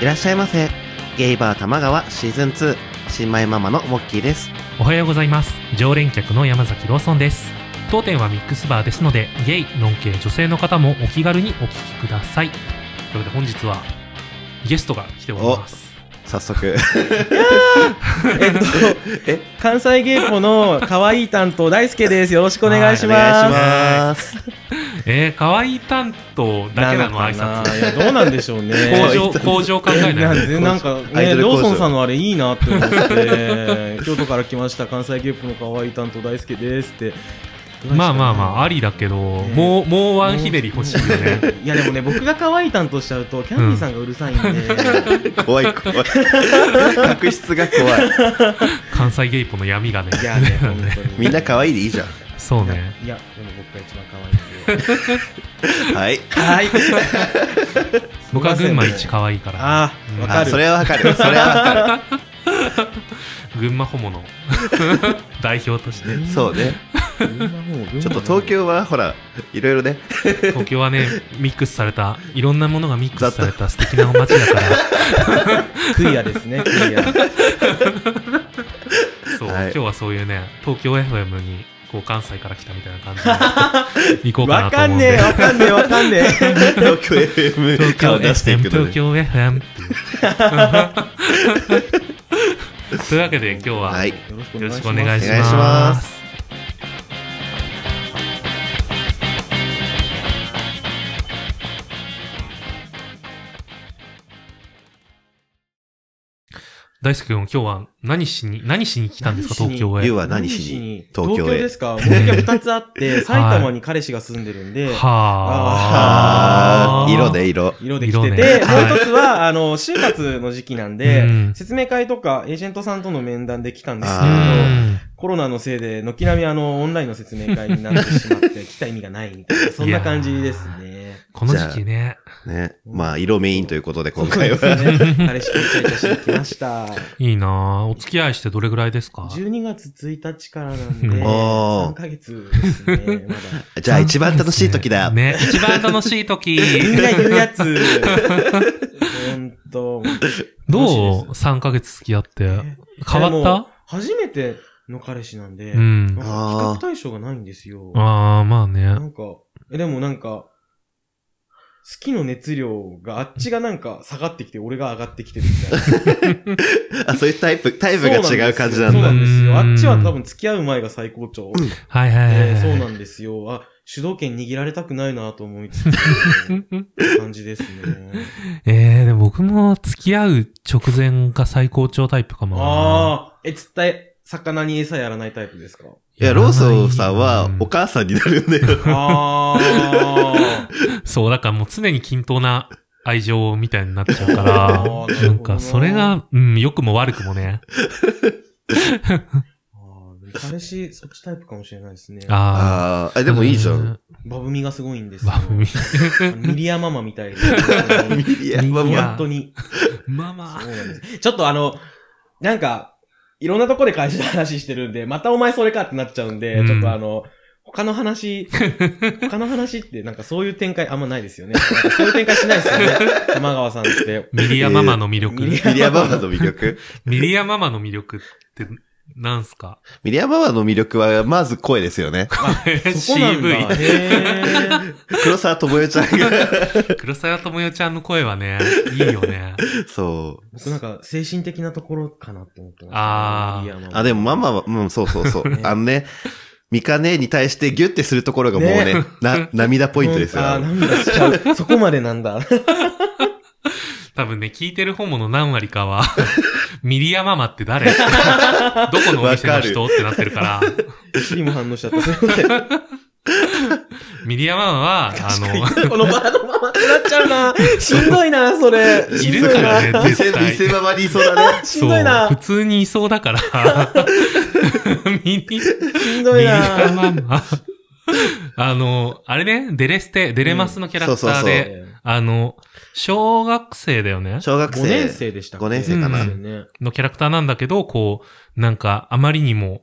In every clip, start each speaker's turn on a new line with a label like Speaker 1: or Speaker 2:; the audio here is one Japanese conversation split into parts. Speaker 1: いらっしゃいませ。ゲイバー玉川シーズン2、新米ママのモッキーです。
Speaker 2: おはようございます常連客の山崎ローソンです当店はミックスバーですのでゲイ、ノン系、女性の方もお気軽にお聞きくださいということで本日はゲストが来ております
Speaker 1: 早 速。
Speaker 3: 関西芸妓の可愛い担当大輔です。よろしくお願いし
Speaker 1: お
Speaker 3: ます。
Speaker 1: 願いします。
Speaker 2: えー、可愛い担当だけなの挨
Speaker 3: なの
Speaker 2: 拶
Speaker 3: かないやどうなんでしょうね。
Speaker 2: 工
Speaker 1: い
Speaker 2: 場工場考え
Speaker 3: な
Speaker 2: なんい
Speaker 3: でなんか
Speaker 1: アイド
Speaker 3: ね、
Speaker 1: ル工場
Speaker 3: ローソンさんのあれいいなって思って、京都から来ました関西芸妓の可愛い担当大輔ですって。
Speaker 2: まあまあまあありだけど、
Speaker 3: ね
Speaker 2: もうもうワンひねり欲しいよ ね
Speaker 3: いやでもね、僕が可愛い担当しちゃうと、キャンディーさんがうるさいんで、
Speaker 1: 怖い 怖い。確執が怖い。
Speaker 2: 関西ゲイポの闇がね
Speaker 3: いやね、本当に。
Speaker 1: みんな可愛いでいいじゃん。
Speaker 2: そうね
Speaker 3: いや、でも僕が一番可愛いんですよ。
Speaker 1: はい。
Speaker 3: はい。
Speaker 2: 僕は群馬一可愛いから
Speaker 3: ああ、わか
Speaker 1: あそ
Speaker 3: る。
Speaker 1: れはわか る。それはわか
Speaker 2: 群馬ホモの 代表として
Speaker 1: る。そうね。ちょっと東京はほら、いろいろ ね、
Speaker 2: 東京はねミックスされたいろんなものがミックスされた素敵な街だから
Speaker 3: クイアですね、クイア。
Speaker 2: そう、
Speaker 1: はい
Speaker 2: 今日はそういうね東京 FM にこう関西から来たみたいな感じで行こうかな
Speaker 3: わ
Speaker 2: と思う
Speaker 3: か
Speaker 2: んん
Speaker 3: ねえ、
Speaker 2: で
Speaker 3: わかんねえ、わかんねえ。
Speaker 1: 東京 FM
Speaker 2: 東
Speaker 1: 顔
Speaker 2: 京
Speaker 1: 出してい
Speaker 2: FM
Speaker 1: くの
Speaker 2: 東
Speaker 1: ね。
Speaker 2: 京 FM っていう というわけで今日は、
Speaker 1: はい。
Speaker 2: よ
Speaker 3: よろし
Speaker 2: ろしくお願いし
Speaker 1: お願いしま
Speaker 2: ま
Speaker 1: す
Speaker 2: す大輔君今日は何しに何しに来たんですか東京へ
Speaker 1: ゆう
Speaker 2: は
Speaker 1: は何しに東京へ
Speaker 3: ですか目的が2つあ って、埼玉に彼氏が住んでるんで、
Speaker 1: あ
Speaker 2: あ
Speaker 1: ー色で色。
Speaker 3: 色で来て
Speaker 2: 色
Speaker 3: て、もう
Speaker 2: ねはい
Speaker 3: 一つは、あの、就活の時期なんで、
Speaker 2: うん
Speaker 3: 説明会とかエージェントさんとの面談で来たんですけ
Speaker 2: う
Speaker 3: ど
Speaker 1: あ、
Speaker 2: ん
Speaker 3: コロナのせいで、軒並みあの、オンラインの説明会になってしまって、来た意味がないみたいな、そんな感じですね。
Speaker 2: この時期ね
Speaker 1: ね。まあ、色メインということで、今
Speaker 3: そう
Speaker 1: 回
Speaker 3: で
Speaker 1: は。
Speaker 3: すね。彼氏とイチャイチャしに来ました。
Speaker 2: いいなあお付き合いしてどれぐらいですか
Speaker 3: 12月1日からなんで、
Speaker 1: おー
Speaker 3: 3ヶ月ですね、まだ。
Speaker 1: じゃあ、一番楽しい時だ。
Speaker 2: ね一番楽しい時
Speaker 3: みんな言うやつ。ほん
Speaker 2: ど
Speaker 3: と。
Speaker 2: う
Speaker 3: 楽し
Speaker 2: ?3 ヶ月付き合って。
Speaker 3: いです
Speaker 2: 変わ
Speaker 3: で
Speaker 2: った
Speaker 3: も初めての彼氏なんで、
Speaker 2: う
Speaker 3: なん
Speaker 2: ん
Speaker 3: か。比較対象がないんですよ。
Speaker 2: ああ、まあね
Speaker 3: な。んか、えでもなんか、好きの熱量があっちがなんか下がってきて、俺が上がってきてるみたいな。
Speaker 1: あ、そういうタイプ、 タイプが違う感じなん
Speaker 3: そう
Speaker 1: だ。
Speaker 3: なんですよ。
Speaker 2: う
Speaker 3: そうんなんですよあっちは多分付き合う前が最高潮。
Speaker 2: はいはい
Speaker 3: で
Speaker 2: はい。
Speaker 3: そうなんんですよ。あ、主導権握られたくないなと思 いつつ、感じですね。
Speaker 2: えー、でも僕も付き合う直前が最高潮タイプかもな。
Speaker 3: ああ、え、絶対、魚に餌やらないタイプですか
Speaker 1: いや、ローソンさんは
Speaker 2: うん、
Speaker 1: お母さんになるんだよ。
Speaker 3: ああ。
Speaker 2: そう、だからもう常に均等な愛情みたいになっちゃうか
Speaker 3: あーなるほど
Speaker 2: ら、
Speaker 3: な
Speaker 2: なんかそれが、うん、良くも悪くもね。
Speaker 3: あー彼氏、そっちタイプかもしれないですね。
Speaker 2: あ
Speaker 1: ああ、
Speaker 2: あ。
Speaker 1: えでもいいじゃん。。
Speaker 3: バブミがすごいんですよ。
Speaker 2: バブミ。
Speaker 3: あのミリアママみ たいで。
Speaker 1: ミリアマ
Speaker 2: いや
Speaker 1: マ。
Speaker 3: 本当に。
Speaker 2: マ
Speaker 3: そ
Speaker 2: マ
Speaker 3: う。なんです。ちょっとあの、なんか、いろんなとこで会社の話してるんで、またお前それかってなっちゃうんで、
Speaker 2: うん
Speaker 3: ちょっとあの、他の話、他の話ってなんかそういう展開あんまないですよね。なんかそういう展開しないですよね。玉川さんって。
Speaker 2: ミリアママの魅力。
Speaker 3: ミリ
Speaker 1: ミリアママの魅力
Speaker 2: ミリアママの魅力って、なんすか
Speaker 1: ミリアママの魅力は、まず声です よね。
Speaker 3: そこなんだ。
Speaker 2: CV
Speaker 3: へー
Speaker 1: 黒沢智代ちゃんが。
Speaker 2: 黒沢智代ちゃんの声はね、いいよね。
Speaker 1: そ
Speaker 3: 僕なんか精神的なところかなって思ってます、
Speaker 2: あー
Speaker 3: ミリアマ
Speaker 1: う。
Speaker 3: マ
Speaker 1: あ、でもママは、うん、そうそうそう。あのね、ミカ姉に対してギュッてするところがもうね、
Speaker 3: ね
Speaker 1: な、涙ポイントですよ。
Speaker 3: ああ、
Speaker 1: あの
Speaker 3: 涙しちゃう。そこま でなんだ。
Speaker 2: 多分ね、聞いてるホモの何割かは、 ミリアママって誰どこのお店の人ってなってるから、
Speaker 3: シリも反応しちゃった。すいません。
Speaker 2: ミリアママは、あの、
Speaker 3: このバーのままってなっちゃうな。しんどいな、それ。
Speaker 2: いるからね、
Speaker 1: 店、
Speaker 2: 絶対。
Speaker 1: 店ママにいそうだね。
Speaker 3: しんどいな
Speaker 2: そう、普。通にいそうだから、ミリ、ミ
Speaker 3: しんどい
Speaker 2: リア
Speaker 3: な。
Speaker 2: ママ。あの、あれね、デレステ、デレマスのキャラク
Speaker 1: う
Speaker 2: タ
Speaker 1: んそ
Speaker 2: ー
Speaker 1: うそう
Speaker 2: で、あの、小学生だよね
Speaker 1: 小学
Speaker 3: 5年
Speaker 1: 生。
Speaker 3: 生でしたっけ。
Speaker 1: 五年
Speaker 2: 生かな
Speaker 3: そうですよね
Speaker 2: のキャラクターなんだけど、こう、なんか、あまりにも、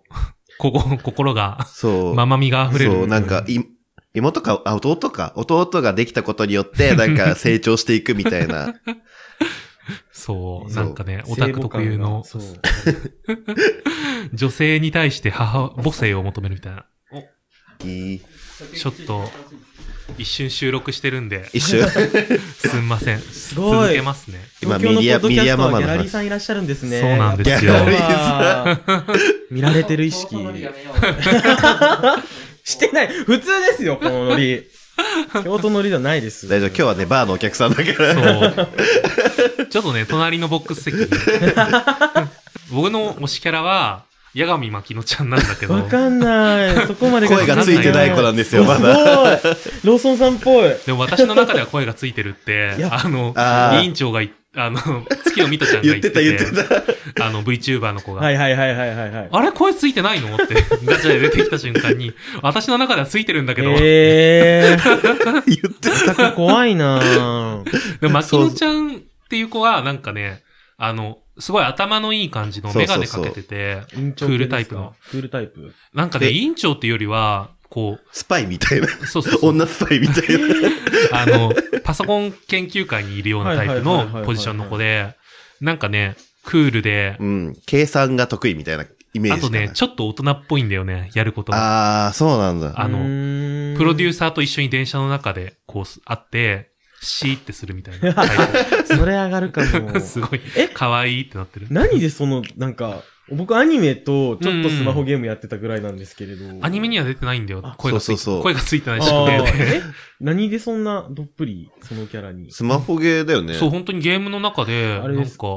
Speaker 2: ここ、心が、
Speaker 1: そう。
Speaker 2: ママみが溢れる。
Speaker 1: そう、なんか、い、妹か、あ、弟か、弟ができたことによって、なんか成長していくみたいな。
Speaker 2: そう、
Speaker 3: ね
Speaker 2: なんかね、
Speaker 3: 聖
Speaker 2: オ
Speaker 3: 母
Speaker 2: タ
Speaker 3: 感
Speaker 2: ク
Speaker 3: が
Speaker 2: 特有の
Speaker 3: そう。
Speaker 2: 女性に対して母、母性を求めるみたいな。
Speaker 1: いい
Speaker 2: ちょっと、一瞬収録してる んで、
Speaker 1: 一瞬。
Speaker 2: すんません。す
Speaker 3: ごい
Speaker 2: 続けますね。
Speaker 1: 今
Speaker 3: 東京のポッドキャ
Speaker 1: ミリ
Speaker 3: ス
Speaker 1: ア
Speaker 3: ト
Speaker 1: ママ
Speaker 3: は
Speaker 1: の話
Speaker 3: ギャラリーさんいらっしゃるんですね。
Speaker 2: そうなんですよ
Speaker 3: やっぱ今は見られてる意識。 してない。普通ですよ、このノリ。京都ノリではないです。
Speaker 1: 大丈夫。今日はね、バーのお客さんだから。
Speaker 2: そう。ちょっとね、隣のボックス席に。僕の推しキャラは、八神牧野ちゃんなんだけど、
Speaker 3: わかんない。そこまで
Speaker 1: 声がついてない子なんですよ、まだ。
Speaker 3: だ。すごい。ローソンさんっぽい。
Speaker 2: でも私の中では声がついてるって
Speaker 3: い、や
Speaker 2: あの、
Speaker 1: あー
Speaker 2: 委員長がい、あの、月野美トちゃんが
Speaker 1: 言
Speaker 2: 言
Speaker 1: っ
Speaker 2: って
Speaker 1: てた、言って
Speaker 2: て、
Speaker 1: た。
Speaker 2: あの、VTuber の子が
Speaker 3: は。いはいはいはいはいはい。
Speaker 2: あれ声ついてないのって、ガチャで出てきた瞬間に、私の中ではついてるんだけど、
Speaker 3: えー、
Speaker 1: 言ってた。
Speaker 3: 怖いなぁ。
Speaker 2: でも、牧野ちゃんっていう子は、なんかね、あの、すごい頭のいい感じの
Speaker 1: そう
Speaker 2: メ
Speaker 1: そ
Speaker 2: ガ
Speaker 1: う
Speaker 2: ネ
Speaker 1: そ
Speaker 2: か
Speaker 1: う
Speaker 2: けてて、
Speaker 3: 院長
Speaker 2: クールタイプの。
Speaker 3: クールタイプ。
Speaker 2: なんかね、
Speaker 1: え
Speaker 2: 委員長っていうよりは、こ
Speaker 1: スパイみたいな。
Speaker 2: う、そうそうそう、
Speaker 1: 女スパイみたい な。
Speaker 2: あの、パソコン研究会にいるようなタイプ
Speaker 3: はいはいはいはいはいは
Speaker 2: の
Speaker 3: い
Speaker 2: ポジションの子で、なんかね、クールで
Speaker 1: う、ん。計算が得意みたいなイメー
Speaker 2: あ
Speaker 1: ジし
Speaker 2: と
Speaker 1: かない。
Speaker 2: ね、ちょっと大人っぽいんだよね、やることが。
Speaker 1: あー、そうなんだ。
Speaker 2: あの
Speaker 3: の
Speaker 2: プロデュー
Speaker 3: サ
Speaker 2: サーと一緒に電車の中で、こう、会って、シーってするみたいなタイ
Speaker 3: ー。それ上がるかも
Speaker 2: プ。。すごい
Speaker 3: え、
Speaker 2: 可愛いってなってる。
Speaker 3: 何でその、なんか、僕アニメとちょっとスマホゲームやってたぐらいなんですけれど。
Speaker 2: アニメには出てないんだよ
Speaker 3: あ。
Speaker 2: 声がつい
Speaker 1: そうそうそう
Speaker 2: 声がついてないし、
Speaker 3: あー
Speaker 2: で
Speaker 3: え何でそんなどっぷり、そのキャラに。
Speaker 1: スマホゲーだよね。
Speaker 2: そう、本当にゲームの中で、
Speaker 3: あ
Speaker 2: な
Speaker 3: れ
Speaker 2: ん
Speaker 3: です
Speaker 2: か、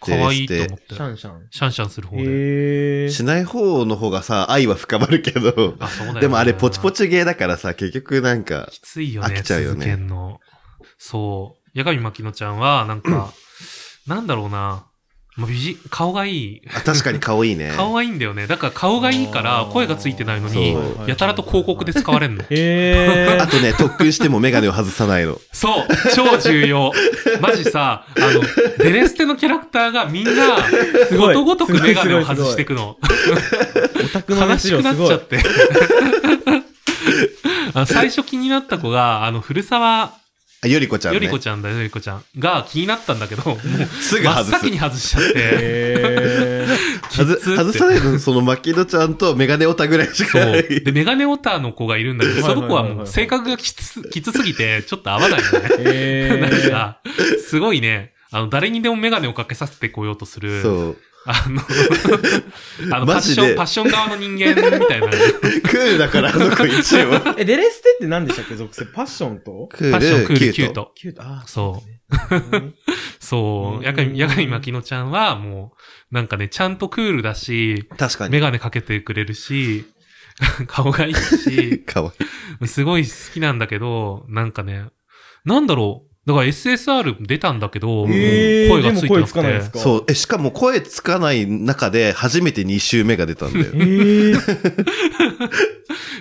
Speaker 2: 可愛いと思って
Speaker 3: シ。ャンシャン。
Speaker 2: シャンシャンする方で。
Speaker 3: へえ
Speaker 1: しない方の方がさ、愛は深まるけど。
Speaker 2: あ、そうだよね
Speaker 1: でもあれ、ポチポ。チゲーだからさ、結局なんか、
Speaker 2: きついよね、
Speaker 1: 飽きちゃうよね
Speaker 2: 続けんの。そう。矢神牧野ちゃんは、なんか、なんだろうな。まあ、美人、顔がいい。
Speaker 1: あ確かに顔いいね。
Speaker 2: 顔がいいんだよね。だから顔がいいから、声がついてないのに
Speaker 1: そう、
Speaker 2: やたらと広告で使われんの。
Speaker 3: へ
Speaker 1: あとね、特訓してもメガネを外さないの。
Speaker 2: そう超重要マジさ、あの、デレステのキャラクターがみんな、
Speaker 3: すご
Speaker 2: ご
Speaker 3: い
Speaker 2: とごとくメガネを外していくの。
Speaker 3: ー。オタクの
Speaker 2: 悲
Speaker 3: 熱
Speaker 2: しく
Speaker 3: 量
Speaker 2: な
Speaker 3: す
Speaker 2: っ
Speaker 3: ご
Speaker 2: ちゃ
Speaker 3: い
Speaker 2: っ。て。あの最初気になった子が、あの、古沢
Speaker 1: あ、よりこちゃんね。
Speaker 2: よりこちゃんだよ、よりこちゃん。が気になったんだけど、もう、
Speaker 1: すぐ
Speaker 2: 真
Speaker 1: 外
Speaker 2: っ
Speaker 1: す。
Speaker 2: 先に外しちゃって。
Speaker 3: へー。
Speaker 1: 外
Speaker 2: きつって
Speaker 1: 外さないの、その牧野ちゃんとメガネオタぐらいしか
Speaker 2: そ
Speaker 1: な
Speaker 2: う。
Speaker 1: い。
Speaker 2: で、メガネオタの子がいるんだけど、
Speaker 3: はい
Speaker 2: そ
Speaker 3: はい
Speaker 2: の
Speaker 3: はいはい
Speaker 2: 子はもう性格がきつ、きつすぎて、ちょっと合わないのね。
Speaker 3: え
Speaker 2: だ
Speaker 3: ー
Speaker 2: から、すごいね、あの、誰にでもメガネをかけさせてこようとする、
Speaker 1: そう。
Speaker 2: あの、あのパッ
Speaker 1: マ
Speaker 2: シ
Speaker 1: ジ
Speaker 2: ョン、
Speaker 1: で
Speaker 2: パッション側の人間みたいな、
Speaker 1: クールだから、あの子一応。
Speaker 3: え、デレステって何でしたっけ属性パッションと
Speaker 1: ク
Speaker 2: パッション、クール、
Speaker 1: キ
Speaker 2: キ
Speaker 1: ュ
Speaker 2: ュ
Speaker 1: ー
Speaker 2: ー
Speaker 1: ト。
Speaker 2: ト。
Speaker 3: キュート。あー
Speaker 2: そう
Speaker 3: ですね。
Speaker 2: そうう、
Speaker 3: ん
Speaker 2: やかみ、やかみまきのちゃんは、もう、なんかね、ちゃんとクールだし、
Speaker 1: 確か
Speaker 2: メ
Speaker 1: に。
Speaker 2: ガネかけてくれるし、 顔がい いし、
Speaker 1: かわいい。
Speaker 2: すごい好きなんだけど、なんかね、なんだろう。だから SSR 出たんだけど、
Speaker 3: へー
Speaker 2: 声がついて
Speaker 3: でも
Speaker 2: な
Speaker 3: 声
Speaker 2: く
Speaker 3: つかないです
Speaker 2: て。
Speaker 3: か
Speaker 1: そう。え、しかも声つかない中で、初めて2周目が出たんだ よ。
Speaker 3: えー。
Speaker 2: だか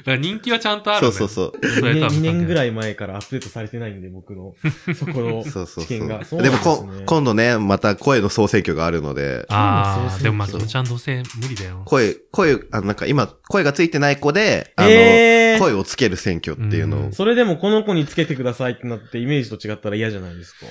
Speaker 2: ら人気はちゃん とあ
Speaker 1: そ
Speaker 2: るの
Speaker 1: う
Speaker 2: よ
Speaker 1: そうそう。
Speaker 2: そう
Speaker 3: 2
Speaker 2: や
Speaker 3: 年
Speaker 2: ったんだけど
Speaker 3: ぐらい前からアップデートされてないんで、僕 の、そこの
Speaker 1: そうそう
Speaker 3: 知
Speaker 1: そ
Speaker 3: 見が。
Speaker 1: う。でもこ、
Speaker 3: の、
Speaker 1: 今度ね、また声の総選挙があるので、
Speaker 2: あ
Speaker 3: そう
Speaker 2: あ、
Speaker 3: そう
Speaker 2: でもまきのちゃんどうせ無理だよ。
Speaker 1: 声、声、あの、なんか今、声がついてない子で、あの、
Speaker 3: えー
Speaker 1: 声をつける選挙っていうの
Speaker 2: う
Speaker 1: を
Speaker 2: ん。
Speaker 3: それでもこの子につけてくださいってなって、イメージと違ったら嫌じゃないですか。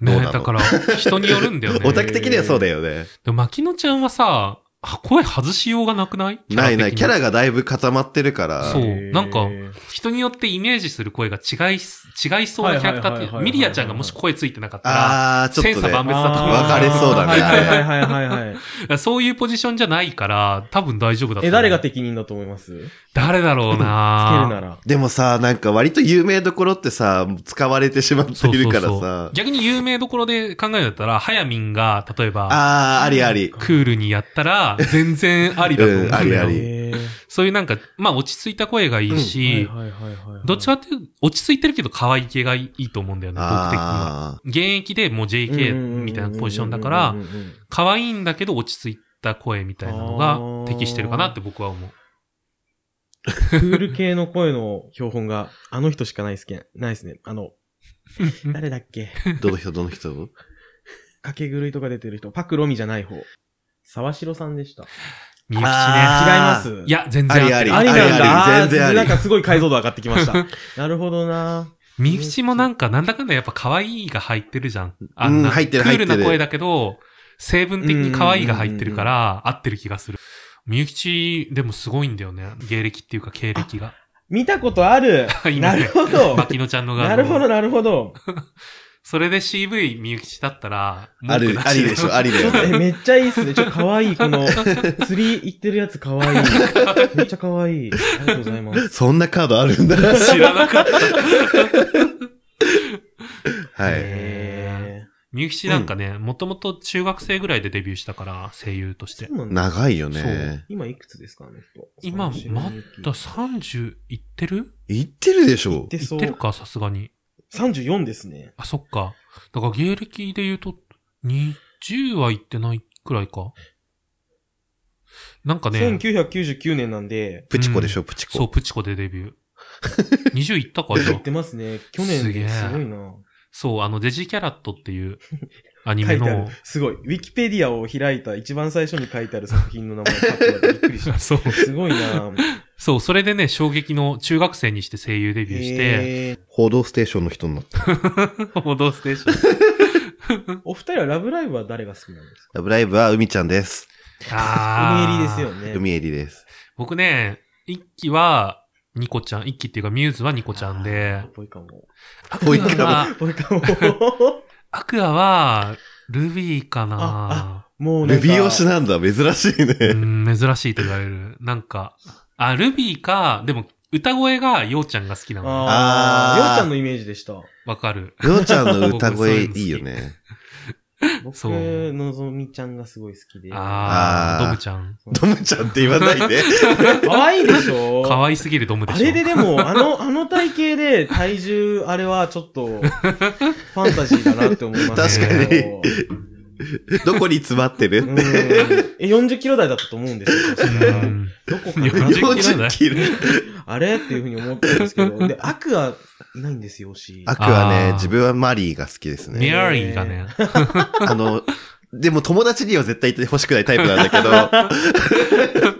Speaker 1: どう
Speaker 2: ね
Speaker 1: なの
Speaker 2: だから、人によるん だよね。
Speaker 1: オタク的にはそうだよね。
Speaker 2: でも、牧野ちゃんはさ、あ声外しようがなくない
Speaker 1: ないない。キャ
Speaker 2: 的に
Speaker 1: ラがだいぶ固まってるから。
Speaker 2: そう
Speaker 3: へー
Speaker 2: なんか人によってイメージする声が違いす、違いそうなキャラクターっ
Speaker 3: はいはいはいはい
Speaker 2: て、
Speaker 3: はい
Speaker 2: ミリアちゃんがもし声ついてなかったら
Speaker 1: あー、ちょっ
Speaker 2: 千
Speaker 1: と
Speaker 2: 差万
Speaker 1: ね。
Speaker 2: 別だと思う
Speaker 1: 分かれそうだね
Speaker 3: はいはいはいはいは いはい。
Speaker 2: だから、そういうポジションじゃないから、多分大丈夫だと思
Speaker 3: え、
Speaker 2: う
Speaker 3: 誰が適任だと思います つける
Speaker 2: 誰だろう
Speaker 3: な
Speaker 2: な
Speaker 3: ら。
Speaker 1: でもさ、なんか割と有名どころってさ、使われてしまって
Speaker 2: そ
Speaker 1: いう
Speaker 2: そ
Speaker 1: る
Speaker 2: う
Speaker 1: から
Speaker 2: そう
Speaker 1: さ。。
Speaker 2: 逆に有名どころで考えるんだったら、はやみんが、例えば、
Speaker 1: あー、ありあり。
Speaker 2: クールにやったら、全然ありだと思うんだ
Speaker 1: うん
Speaker 2: よ。
Speaker 1: ありあり
Speaker 3: へー
Speaker 2: そういうなんか、まあ落ち着いた声がいいし、
Speaker 3: はいはいはいはいはい
Speaker 2: どっちかっていうと、落ち着いてるけど可愛い系がいいと思うんだよね、僕的には。
Speaker 1: あ
Speaker 2: 現役でもう JK みたいなポジションだか
Speaker 3: う
Speaker 2: ら
Speaker 3: んう、んうんうんうんうん
Speaker 2: 可愛いんだけど落ち着いた声みたいなの
Speaker 3: あ
Speaker 2: が
Speaker 3: ー
Speaker 2: 適してるかなって僕は 思う。
Speaker 3: クール系の声の標本が、あの人しかないっすけん。ないですね。あの、誰だっけ
Speaker 1: ーどの人、どの人
Speaker 3: 掛け狂いとか出てる人。パクロミじゃない方。沢城さんでした。
Speaker 2: み
Speaker 3: 違い
Speaker 2: ゆきちね。
Speaker 1: あ
Speaker 3: ま
Speaker 1: ー
Speaker 3: す。
Speaker 2: いや、全然合ってる
Speaker 1: あり
Speaker 3: ありな
Speaker 1: あ
Speaker 3: ん
Speaker 1: りあ
Speaker 3: だ。
Speaker 1: り全然あり
Speaker 3: なんかすごい解像度上がってきました。なるほどな
Speaker 2: みゆきちもなんか、なんだかんだやっぱ可愛いが入ってるじゃん。あん
Speaker 1: う
Speaker 2: な、
Speaker 1: ん入ってる
Speaker 2: クール
Speaker 1: 入っ
Speaker 2: な
Speaker 1: てる
Speaker 2: 声だけど、成分的に可愛いが入ってるから、合ってる気がする。みゆきち、でもすごいんだよね。芸歴っていうか経歴が。
Speaker 3: 見たことある
Speaker 2: 今
Speaker 3: な
Speaker 2: ね
Speaker 3: るほ ど
Speaker 2: 牧野ちゃんのが。
Speaker 3: なるほど、なるほど。
Speaker 2: それで CV みゆきちだったら、
Speaker 1: ある、ありで しょ、ありだ
Speaker 3: ちょ
Speaker 1: よ
Speaker 3: っと、
Speaker 1: ね。
Speaker 3: えめっちゃいいっすね。ちょっと可愛い。この、釣り行ってるやつ可愛い。めっちゃ可愛い。ありがとうございます。
Speaker 1: そんなカードあるんだ。
Speaker 2: 知らなかった。
Speaker 1: はい。
Speaker 3: へ
Speaker 2: みゆきちなんかね、もともと中学生ぐらいでデビューしたから、声優とし
Speaker 3: ー
Speaker 2: て
Speaker 3: そ。うなんだ
Speaker 1: 長いよね。
Speaker 3: 今いくつですか、あの人。
Speaker 2: 今、
Speaker 3: 三島
Speaker 2: ま
Speaker 3: 由紀
Speaker 2: だ30いってる
Speaker 1: 言ってるでしょ。
Speaker 3: で、
Speaker 2: い
Speaker 3: そ
Speaker 2: っ
Speaker 3: う
Speaker 2: て。るか、さすがに。
Speaker 3: 34ですね。
Speaker 2: あ、そっか。だから芸歴で言うと、20はいってないくらいか。なんかね、
Speaker 3: 1999年なんで、
Speaker 1: プチコでしょ、プチ
Speaker 2: そう、
Speaker 1: コ。
Speaker 2: プチコでデビュー。20い ったか、じゃ
Speaker 3: 言
Speaker 2: あ
Speaker 3: ってますね。去
Speaker 2: すげえ
Speaker 3: 年、すごいな。
Speaker 2: そう、あの、デジキャラットって いうアニ
Speaker 3: 書
Speaker 2: メ
Speaker 3: いてある
Speaker 2: の、。
Speaker 3: すごい。ウィキペディアを開いた一番最初に書いてある作品の名前書ってあってびっく りした。
Speaker 2: そう、
Speaker 3: すごいな
Speaker 2: そう、それでね、衝撃の中学生にして声優デビューして、
Speaker 3: へー
Speaker 1: 報道ステーションの人になった。
Speaker 2: 報道ステー ション。
Speaker 3: お二人はラブライブは誰が好きなんですか
Speaker 1: ラブライブは海ちゃんです。
Speaker 2: あ
Speaker 3: 海襟で
Speaker 2: ー
Speaker 3: すよね。
Speaker 1: 海エリです。
Speaker 2: 僕ね、一期は、ニコちゃん、一期っていうかミューズはニコちゃんで
Speaker 3: あー、ぽいかも。
Speaker 2: ア
Speaker 1: ぽいかも
Speaker 2: は、
Speaker 3: ぽいかも。
Speaker 2: アクアは、ルビーかな
Speaker 3: もうなん
Speaker 1: ルビ
Speaker 3: か。
Speaker 1: ー推しなんだ、珍しいう ね。
Speaker 2: ん、珍しいと言われる。なんか、あ、ルビーか、でも、歌声がようちゃんが好きなのね。
Speaker 3: ああ。よ
Speaker 1: あー
Speaker 3: うちゃんのイメージでした。
Speaker 2: わかる。
Speaker 1: りょうちゃんの歌声いいよね。
Speaker 3: 僕
Speaker 2: そう、
Speaker 3: のぞみちゃんがすごい好きで。
Speaker 2: あ
Speaker 1: あ
Speaker 2: ー、
Speaker 1: ー
Speaker 2: ドムちゃん。
Speaker 1: ドムちゃんって言わないで。
Speaker 3: 可愛いでしょ
Speaker 2: 可愛すぎるドムで
Speaker 3: あ
Speaker 2: しょ。
Speaker 3: れででも、あの、あの体型で体重、あれはちょっと、ファンタジーだなって思いますね。
Speaker 1: どこに詰まってる
Speaker 3: うん。え、40キロ台だったと思うんですよ。確か
Speaker 2: うん
Speaker 3: どこか
Speaker 2: 40キ
Speaker 3: な
Speaker 2: ロ
Speaker 1: 40キロ。
Speaker 3: あれっていうふうに思ったんですけど。で、アクア、いないんですよ、推し。
Speaker 1: アクは
Speaker 2: あー
Speaker 1: ね、自分はマリーが好きです
Speaker 2: ミ
Speaker 1: ね。
Speaker 2: アリーがね、
Speaker 1: あの、でも友達には絶対言ってほしくないタイプなんだけ ど、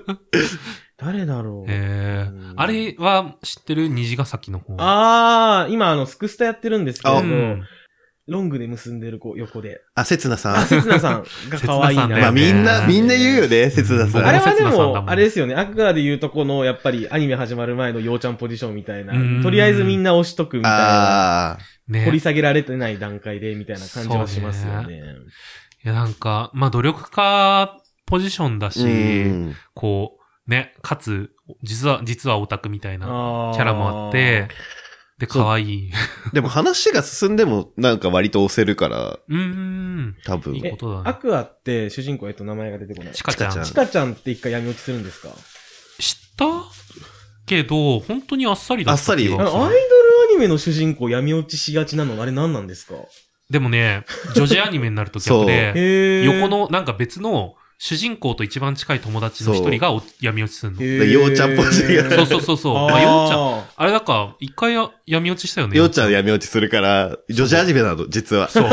Speaker 3: 誰だろう。
Speaker 2: えーあれは知ってる虹ヶ崎の方。
Speaker 3: あー、今、あの、スクスタやってるんですけど、
Speaker 1: あ
Speaker 2: うん
Speaker 3: ロングで結んでる子、横で。
Speaker 1: あ、せつなさ
Speaker 3: あ、
Speaker 1: ん。
Speaker 3: せつなさんが可愛いん
Speaker 2: せつなさ
Speaker 3: だ
Speaker 2: んね
Speaker 1: まあみんな、みんな言うよね、せつな
Speaker 2: うん
Speaker 1: さ
Speaker 3: あ
Speaker 1: ん。
Speaker 3: れはで
Speaker 2: せつなさんだも
Speaker 3: も、
Speaker 2: ん
Speaker 3: あれですよね。アクアで言うとこの、やっぱりアニメ始まる前のようちゃんポジションみたい
Speaker 2: うん
Speaker 3: な。とりあえずみんな押しとくみたいな。
Speaker 1: ああ。
Speaker 2: ね
Speaker 3: 掘り下げられてない段階でみたいな感じはしますよね。
Speaker 2: いや、なんか、まあ、努力家ポジションだし、
Speaker 1: うん
Speaker 2: こう、ね、かつ、実は、実はオタクみたいな
Speaker 3: あー
Speaker 2: キャラもあっ。て、で、
Speaker 1: そう
Speaker 2: 可愛い。
Speaker 1: でも話が進んでもなんか割と押せるから、
Speaker 2: うーん。
Speaker 1: 多
Speaker 2: い
Speaker 1: 分
Speaker 2: い。ことだ
Speaker 3: ア
Speaker 2: ね。
Speaker 3: クアって主人公、えっと、名前が出てこない。
Speaker 2: チ
Speaker 3: チ
Speaker 2: カちゃん。
Speaker 1: チカちゃん
Speaker 3: カちゃんって一回闇落ちするんですか
Speaker 2: 知ったけど、本当にあっさりだった。
Speaker 1: あっさり
Speaker 2: 気
Speaker 3: あア
Speaker 2: が
Speaker 3: イ
Speaker 2: する
Speaker 3: ドルアニメの主人公闇落ちしがちなのあれ何なんですか
Speaker 2: でもね、女子アニメになると逆で、
Speaker 3: へー
Speaker 2: 横、の、なんか別の、主人公と一番近い友達の一人がお闇落ちするの。
Speaker 1: でようちゃんポジが
Speaker 2: そうそうそうそう。まあ、ようちゃん。
Speaker 3: ゃん。
Speaker 2: あれだから、一回や闇落ちしたよね。
Speaker 1: ようちゃん闇落ちするから、女子アニメなの、実は。
Speaker 2: そう。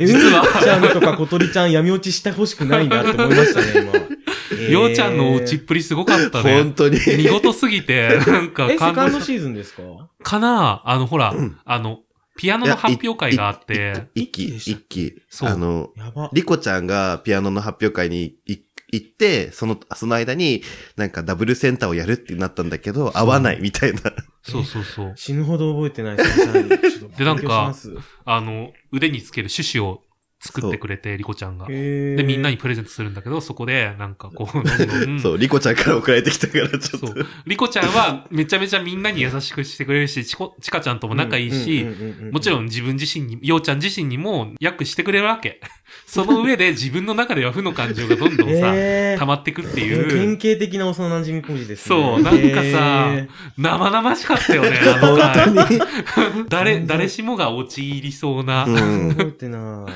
Speaker 3: え
Speaker 2: 実は
Speaker 3: うーちゃんとか小鳥ちゃん闇落ちしてほしくないなって思いましたね、今。
Speaker 2: ようちゃんの落ちっ
Speaker 3: えー
Speaker 2: ぷりすごかった
Speaker 1: 本
Speaker 2: ね。
Speaker 1: 当に。
Speaker 2: 見事すぎ て、なんか
Speaker 3: え、セ
Speaker 2: 感
Speaker 3: カン
Speaker 2: 動
Speaker 3: ド
Speaker 2: した。
Speaker 3: シーズンですか
Speaker 2: かなあの、ほら
Speaker 1: うん、
Speaker 2: あの、ピアノの発表会があって、
Speaker 1: いい一期、
Speaker 3: 一
Speaker 1: 一期。
Speaker 2: そう
Speaker 1: あの、
Speaker 3: やば。
Speaker 1: リコちゃんがピアノの発表会にい行って、その、その間になんかダブルセンターをやるってなったんだけど、合わないみたいな。
Speaker 2: そうそうそう。
Speaker 3: 死ぬほど覚えてないですねちょっ と
Speaker 2: でなんか
Speaker 3: 勉強します
Speaker 2: あの、腕につける種子を作ってくれて、リコちゃんが。で、
Speaker 3: へー
Speaker 2: みんなにプレゼントするんだけど、そこで、なんか こう、どんど
Speaker 1: そ
Speaker 2: ん。
Speaker 1: う、リコちゃんから送られてきたから、ちょっ
Speaker 2: そ
Speaker 1: と。
Speaker 2: う。リコちゃんは、めちゃめちゃみんなに優しくしてくれるし、チコ、チカちゃんとも仲いいし、
Speaker 3: うんうんうんうんうん
Speaker 2: もちろん自分自身に、ようちゃん自身にも、訳してくれるわけ。 その上で自分の中では負の感情がどんどんさ、
Speaker 3: えー
Speaker 2: 溜まってくってい
Speaker 3: 典
Speaker 2: う、
Speaker 3: 型的な幼馴染みポジですね。
Speaker 2: そうなんかさ
Speaker 3: へー
Speaker 2: 生々しかったよね、あ の回
Speaker 1: 本当に。
Speaker 2: 誰、誰しもが陥りそうな、ね
Speaker 1: うん。
Speaker 3: 覚えてない。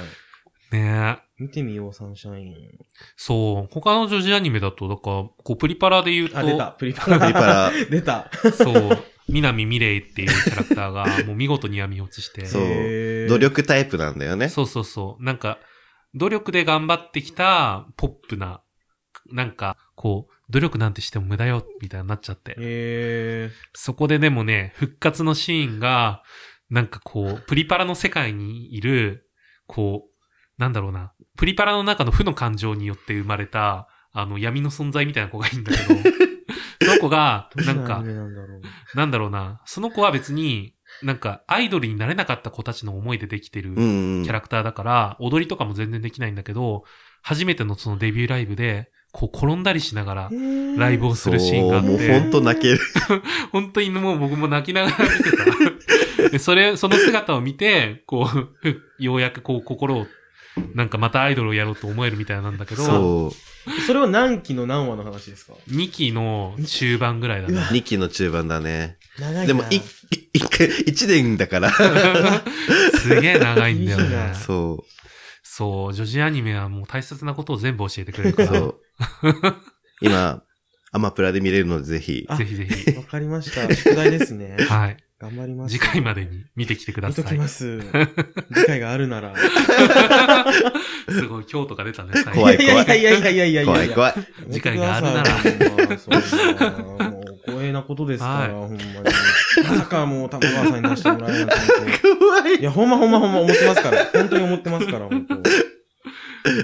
Speaker 2: え。
Speaker 3: 見てみよう、サンシャイン。
Speaker 2: そう。他の女子アニメだと、だから、こう、プリパラで言うと、
Speaker 3: あ、出た。プリパラ。
Speaker 1: プリパ ラ
Speaker 3: 出た。
Speaker 2: そう、南ミレイっていうキャラクターが、もう見事に闇落ちして、
Speaker 1: そう
Speaker 3: へー
Speaker 1: 努力タイプなんだよね。
Speaker 2: そうそうそう。なんか、努力で頑張ってきた、ポップな、なんか、こう、努力なんてしても無駄よ、みたいになっちゃって。
Speaker 3: へー
Speaker 2: そこででもね、復活のシーンが、なんかこう、プリパラの世界にいる、こう、なんだろうな、プリパラの中の負の感情によって生まれた、あの、闇の存在みたいな子がいいんだ けど、その子が、なんか
Speaker 3: どう、いうアニメなんだろう。
Speaker 2: なんだろうな、その子は別に、なんか、アイドルになれなかった子たちの思いでできて
Speaker 1: う
Speaker 2: る
Speaker 1: んうん。
Speaker 2: キャラクターだから、踊りとかも全然できないんだけど、初めてのそのデビューライブで、こう転んだりしながら、ライブをするシーンがあっ
Speaker 1: そう、もう
Speaker 2: て、
Speaker 1: ほんと泣ける。
Speaker 2: 本当にもう僕も泣きながら見てた。で それ、その姿を見て、こう、 ようやくこう心を、なんかまたアイドルをやろうと思えるみたいなんだけど、
Speaker 1: そう。
Speaker 3: それは何期の何話の話ですか
Speaker 2: 2期の中盤ぐらいだ
Speaker 3: う
Speaker 2: ね
Speaker 3: わ。
Speaker 1: 2期の中盤だね。
Speaker 3: 長
Speaker 1: でも、い、い一回、一年だ から。
Speaker 2: すげえ長いんだよ
Speaker 3: いい
Speaker 2: ね
Speaker 3: な。
Speaker 1: そ
Speaker 2: そう、女子アニメはもう大切なことを全部教えてくれる
Speaker 1: う、
Speaker 2: か
Speaker 1: そ
Speaker 2: ら、
Speaker 1: う。今、アマプラで見れるので、ぜひ。
Speaker 3: あ
Speaker 2: ぜひぜひ、
Speaker 3: わかりました。宿題ですね。
Speaker 2: はい、
Speaker 3: 頑張ります。
Speaker 2: 次回までに見てきてくだ
Speaker 3: 見
Speaker 2: さ
Speaker 3: とき
Speaker 2: い
Speaker 3: ま。す。次回があるなら。
Speaker 2: すごい、今日とか出たね。最後
Speaker 1: 怖い怖い
Speaker 3: いやいやいやいやいやいや
Speaker 1: 怖い怖い。
Speaker 2: 次回があるなら
Speaker 3: ら。もう光栄なことですから、ほんまに。まさかもう玉川さんに出してもらえるなんて。
Speaker 1: 怖い。
Speaker 3: いや、ほんまほんまほんま思ってますから。本当に思ってますから、本当。い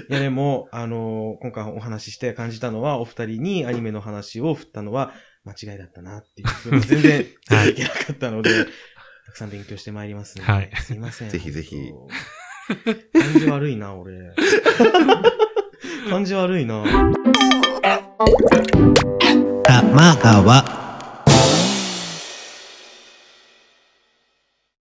Speaker 3: や、でも、あのー今回お話しして感じたのは、お二人にアニメの話を振ったのは間違いだったなっていうふうに全然
Speaker 2: はい
Speaker 3: いけなかったので、たくさん勉強してまいりますね。
Speaker 2: はい
Speaker 3: すいません。
Speaker 1: ぜひぜひ
Speaker 3: 本当。感じ悪いな、俺。感じ悪いな。
Speaker 4: 玉川